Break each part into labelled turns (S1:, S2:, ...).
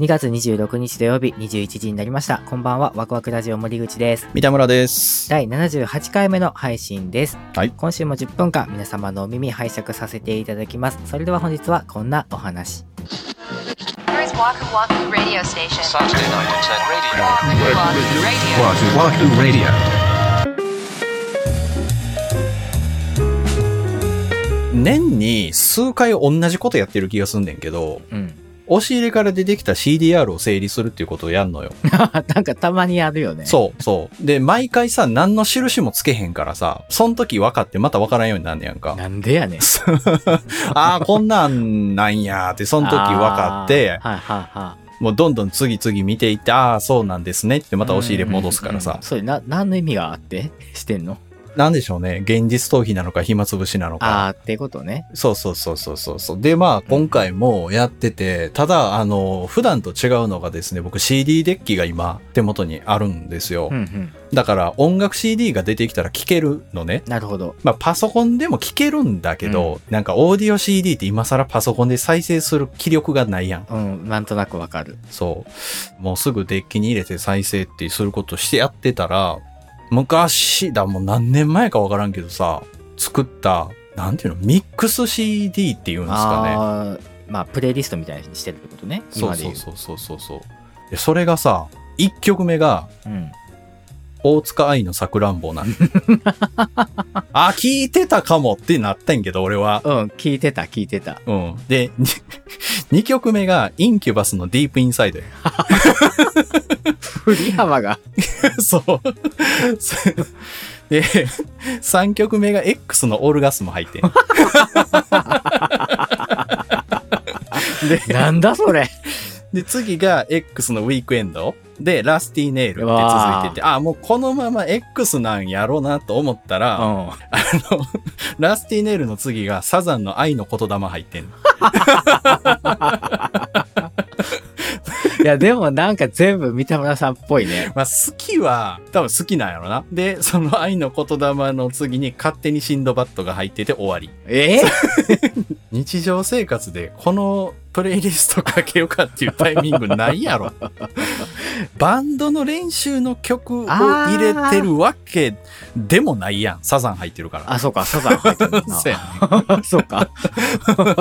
S1: 2月26日土曜日21時になりました。こんばんは、ワクワクラジオ森口です。
S2: 三田村です。
S1: 第78回目の配信です。
S2: はい
S1: 今週も10分間皆様のお耳拝借させていただきます。それでは本日はこんなお話。
S3: Here is Waku Waku Radio Station.
S4: Saturday night at radio.
S3: Waku Waku Radio.
S4: Wazoo Wahoo Radio.
S2: 年に数回同じことやってる気がすんねんけど、
S1: うん。
S2: 押し入れから出てきた CDR を整理するっていうことをやんのよ。
S1: なんかたまにあるよね。
S2: そうそう。で、毎回さ、何の印もつけへんからさ、その時分かってまた分からんようになんねやん か。
S1: なんでやねん。そ
S2: ああ、こんなんなんやーって、その時分かって、
S1: はいはいは
S2: もうどんどん次々見ていって、ああ、そうなんですねって
S1: い。
S2: また押し入れ戻すか
S1: う
S2: ら
S1: んうん
S2: さ
S1: うん。そうな、何の意味があってしてんの
S2: なんでしょうね。現実逃避なのか暇つぶしなのか。
S1: あーってことね。
S2: そうそうそうそうそうそう。で、まあ、今回もやってて、ただ、あの、普段と違うのがですね、僕 CD デッキが今、手元にあるんですよ
S1: うん。うん。
S2: だから、音楽 CD が出てきたら聴けるのね。
S1: なるほど。
S2: まあ、パソコンでも聴けるんだけど、なんか、オーディオ CD って今更パソコンで再生する気力がないやん。
S1: うん、なんとなくわかる。
S2: そう。もうすぐデッキに入れて再生ってすることしてやってたら、昔だ、もう何年前かわからんけどさ、作った、なんていうの、ミックス CD っていうんですかね。
S1: あーまあ、プレイリストみたいにしてるってことね。
S2: そ
S1: 今
S2: う
S1: で言
S2: そう
S1: う。
S2: そうそうそうそうでそれがさ1曲目が
S1: うん。
S2: 大塚愛のさくらんぼな んであ聞いてたかもってなったんやけど俺は
S1: うん、聞いてた、聞いてた。
S2: うんで2曲目がインキュバスのディープインサイドや
S1: 振り幅が。
S2: そうそうで3曲目が X のオールガスも入ってんで
S1: なんだそれ。
S2: で次が X のウィークエンドでラスティネイルって続いててあもうこのまま X なんやろうなと思ったら、
S1: うん。
S2: ラスティネイルの次がサザンの愛の言霊入ってんの。
S1: いや、でもなんか全部三田村さんっぽいね。
S2: まあ好きは多分好きなんやろな。で、その愛の言霊の次に勝手にシンドバッドが入ってて終わり。
S1: え
S2: 日常生活でこのプレイリストかけようかっていうタイミングないやろ。バンドの練習の曲を入れてるわけでもないやん。サザン入ってるから。
S1: あ、そうか、サザン入ってるもんな
S2: そうやね
S1: そうか。 確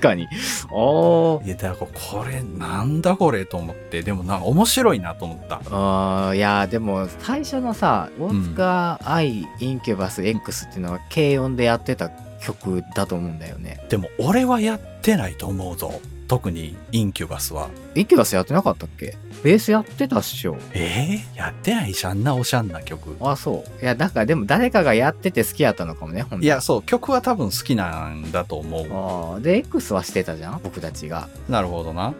S1: かに。おー。
S2: いや、だからこれなんだこれと思って。でもな、面白いなと思った。
S1: あーいやでも最初のさ大塚愛インキュバス X っていうのは軽音でやってた曲だと思うんだよね
S2: でも俺はやってないと思うぞ。特にインキュバスは。
S1: インキュバスやってなかったっけベースやってたっしょ
S2: えー、やってないし、あんなおしゃんな曲。
S1: あそういやだからでも誰かがやってて好きやったのかもねほん
S2: い
S1: で
S2: や、そう、曲は多分好きなんだと思う。
S1: あーで X はしてたじゃん僕たちが
S2: なるほどな。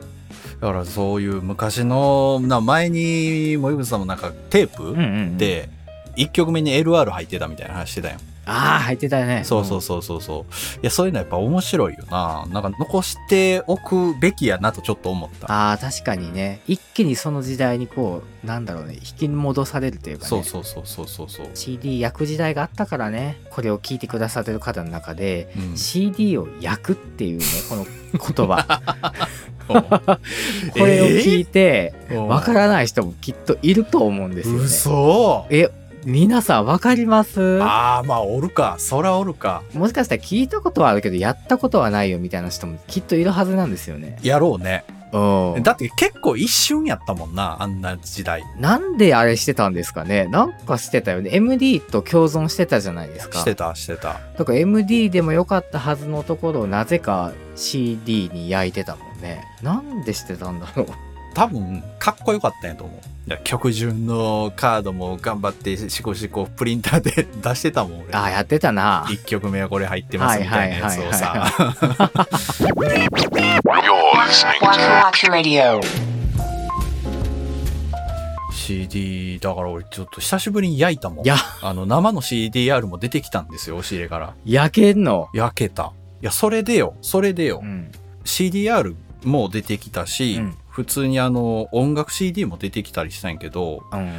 S2: だからそういう昔の、な前に、森口さんもなんかテー
S1: うんう
S2: プ
S1: んうん
S2: で、1曲目に LR 入ってたみたいな話してたよ。
S1: ああ入ってたね
S2: そうそうそうそうそう。いや、そういうのやっぱ面白いよな。なんか残しておくべきやなとちょっと思った。
S1: ああ確かにね一気にその時代にこうなんだろうね引き戻されるというかね
S2: そうそうそうそうそうそう。
S1: CD 焼く時代があったからねこれを聞いてくださってる方の中で
S2: うん
S1: CD を焼くっていうねこの言 葉
S2: こ
S1: これを聞いてわ
S2: わ
S1: からない人もきっといると思うんですよね
S2: 嘘
S1: え皆さんわかります
S2: ああまあおるかそらおるか
S1: もしかしたら聞いたことはあるけどやったことはないよみたいな人もきっといるはずなんですよね
S2: やろうね
S1: うん
S2: だって結構一瞬やったもんなあんな時代
S1: なんであれしてたんですかねなんかしてたよね MD と共存してたじゃないですか
S2: してたしてた
S1: だから MD でも良かったはずのところをなぜか CD に焼いてたもんねなんでしてたんだろう
S2: 多分かっこよかったんやと思ういや曲順のカードも頑張ってしこしこプリンターで 出してたもん俺
S1: ああやってたな
S2: 1曲目はこれ入ってますみたいなやつを
S1: はいはい
S2: さ
S3: Waku Waku Radio.
S2: CD だから俺ちょっと久しぶりに焼いたもん
S1: や
S2: あの生の CDR も出てきたんですよ押し入れから
S1: 焼けんの
S2: 焼けたいやそれでよそれでよ、
S1: うん
S2: CDR も出てきたし、
S1: うん
S2: 普通にあの音楽 CD も出てきたりしたんやけど
S1: うん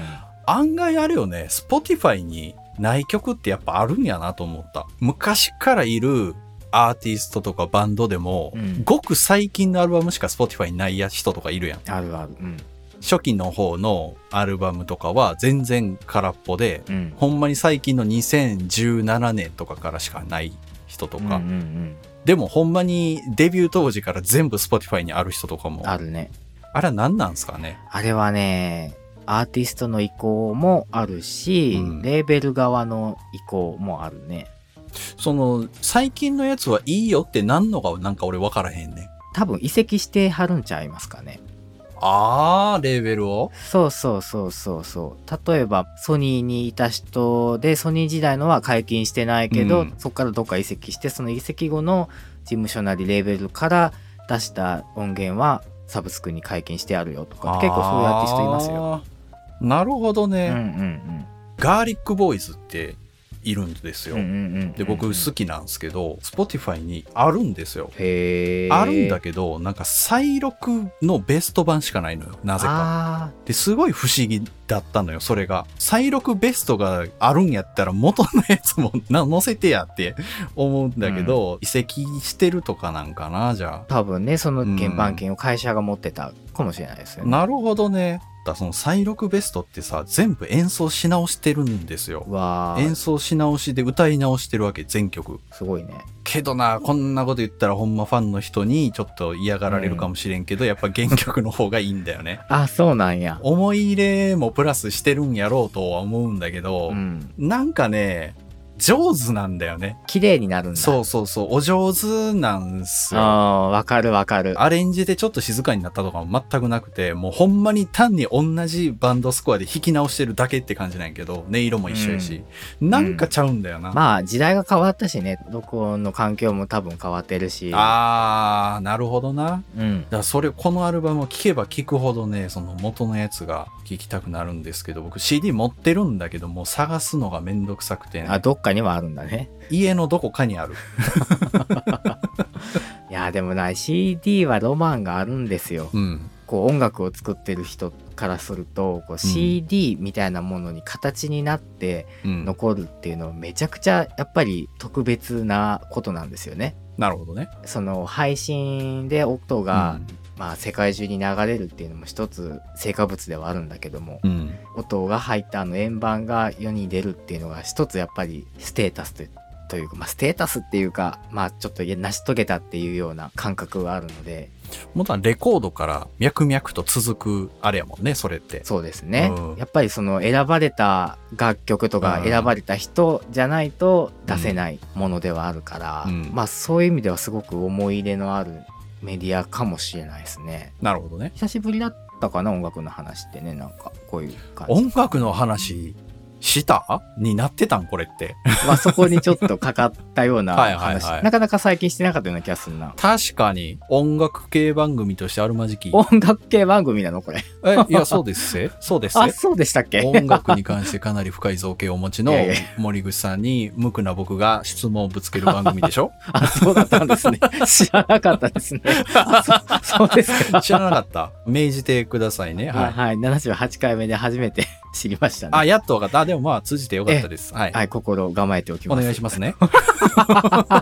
S2: 案外あれよね Spotify にない曲ってやっぱあるんやなと思った昔からいるアーティストとかバンドでも、
S1: うん
S2: ごく最近のアルバムしか Spotify にないや人とかいるやん。
S1: あるある。うん。
S2: 初期の方のアルバムとかは全然空っぽで、
S1: うん。
S2: ほんまに最近の2017年とかからしかない人とか、
S1: うんうんうん。
S2: でもほんまにデビュー当時から全部 Spotify にある人とかも、
S1: あるね。
S2: あれは何なんすかね
S1: あれはね、アーティストの意向もあるし、
S2: うん
S1: レーベル側の意向もあるね。
S2: その、最近のやつはいいよってなんのかなんか俺分からへんねん。
S1: 多分移籍してはるんちゃいますかね。
S2: あー、レーベルを
S1: そうそうそうそうそう。例えばソニーにいた人でソニー時代のは解禁してないけど、
S2: うん
S1: そこからどっか移籍してその移籍後の事務所なりレーベルから出した音源はサブスクに解禁してあるよとか結構そういうアーティストいますよ。
S2: あー。なるほど
S1: うんうん
S2: ね、
S1: うん
S2: ガーリックボーイズっているんですよ。
S1: うんうんうんうん。
S2: で、僕好きなんですけど、Spotify にあるんですよ。
S1: へー
S2: あるんだけど、なんか再録のベスト版しかないのよ。なぜか。
S1: あ
S2: で、すごい不思議だったのよ、それが。再録ベストがあるんやったら元のやつもな載せてやって思うんだけど、移籍してるとかなんかな、じ
S1: ー
S2: ゃ
S1: 多分ねその
S2: う
S1: 原
S2: ん
S1: 版権を会社が持ってたかもしれないです
S2: あ。
S1: よね。
S2: なるほどね。だその再録ベストってさ、全部演奏し直してるんですよ。
S1: うわー
S2: 演奏し直しで歌い直してるわけ、全曲。
S1: すごいね。
S2: けどな、こんなこと言ったらほんまファンの人にちょっと嫌がられるかもしれんけど、やっぱ原曲の方がいいんだよね。
S1: あそうなんや。
S2: 思い入れもプラスしてるんやろうとは思うんだけど、
S1: うん。
S2: なんかね、上手なんだよね。
S1: 綺麗になるんだ。
S2: そうそうそう、お上手なんすよ。
S1: あーわかるわかる。
S2: アレンジでちょっと静かになったとかも全くなくて、もうほんまに単に同じバンドスコアで弾き直してるだけって感じなんやけど、音色も一緒やし、なんかちゃうんだよな。
S1: まあ時代が変わったしね録音の環境も多分変わってるし
S2: あー、なるほどな。だか
S1: うん
S2: らそれ、このアルバムを聴けば聴くほどね、その元のやつが聴きたくなるんですけど、僕 CD 持ってるんだけど、もう探すのがめんどくさくてね、
S1: あどっかにはあるんだね
S2: 家のどこかにある。
S1: いやでもない CD はロマンがあるんですよ
S2: うん。
S1: こう音楽を作ってる人からするとこう CD みたいなものに形になって
S2: うん。
S1: 残るっていうのはめちゃくちゃやっぱり特別なことなんですよね
S2: なるほどね。
S1: その配信で音が、
S2: うん
S1: まあ、世界中に流れるっていうのも一つ成果物ではあるんだけども、
S2: うん。
S1: 音が入ったあの円盤が世に出るっていうのが一つやっぱりステータスというというか、まあ、ステータスっていうか、まあ、ちょっと成し遂げたっていうような感覚があるので
S2: もとはレコードから脈々と続くあれやもんね、それって。
S1: そうですね、
S2: うん
S1: やっぱりその選ばれた楽曲とか
S2: うん
S1: 選ばれた人じゃないと出せないものではあるから、
S2: うん
S1: まあそういう意味ではすごく思い入れのあるメディアかもしれないですね
S2: なるほどね。
S1: 久しぶりだったかな音楽の話ってねなんかこういう感じ
S2: 音楽の話したになってたんこれって。
S1: まあそこにちょっとかかったような
S2: はい
S1: 話
S2: はいはい
S1: なかなか最近してなかったような気がするな
S2: 確かに音楽系番組としてあるまじき。
S1: 音楽系番組なのこれ
S2: え、いや、そうですせ。そうで す
S1: あ
S2: せ。
S1: そうでしたっけ
S2: 音楽に関してかなり深い造形をお持ち の
S1: いやいや
S2: 森口さんに無垢な僕が質問をぶつける番組で しょ
S1: あそうだったんです ね知らなかったですねあそそうですか
S2: 知らなかった。命じてくださいね。
S1: は、
S2: はいい。
S1: はい、78回目で初めて知りました
S2: あ、
S1: ね
S2: やっと分かった。あ、でもまあ通じてよかったです。はい。
S1: はい心構えておき
S2: お
S1: ます
S2: 願いしますね。
S3: Saturday Night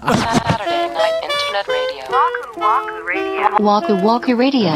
S3: Internet Radio.
S5: Waku Waku Radio.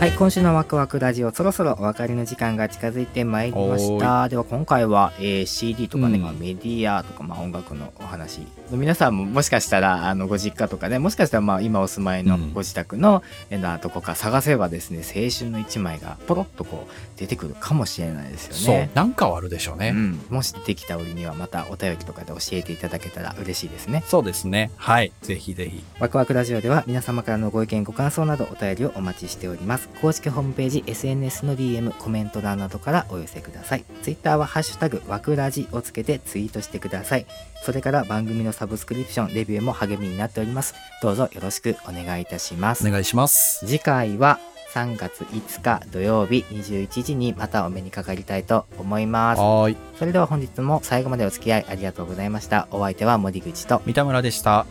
S1: はい今週のワクワクラジオそろそろお別れの時間が近づいてまいりましたでは今回は、えー CD とかね、
S2: うん
S1: まあメディアとか、まあ、音楽のお話皆さんももしかしたらあのご実家とかねもしかしたらまあ今お住まいの
S2: うん
S1: ご自宅の、えーどこか探せばですね青春の一枚がポロッとこう出てくるかもしれないですよ
S2: そう
S1: ね。。
S2: なんかはあるでしょうね。
S1: うん、もし出てきた折にはまたお便りとかで教えていただけたら嬉しいですね。
S2: そうですね。はい。ぜひぜひ。
S1: ワクワクラジオでは皆様からのご意見ご感想などお便りをお待ちしております公式ホームページ SNS の DM コメント欄などからお寄せください Twitter は「ハッシュタグワクラジ」をつけてツイートしてくださいそれから番組のサブスクリプションレビューも励みになっておりますどうぞよろしくお願いいたします
S2: お願いします。
S1: 次回は3月5日土曜日21時にまたお目にかかりたいと思います
S2: はーい。
S1: それでは本日も最後までお付き合いありがとうございましたお相手は森口と
S2: 三田村でした。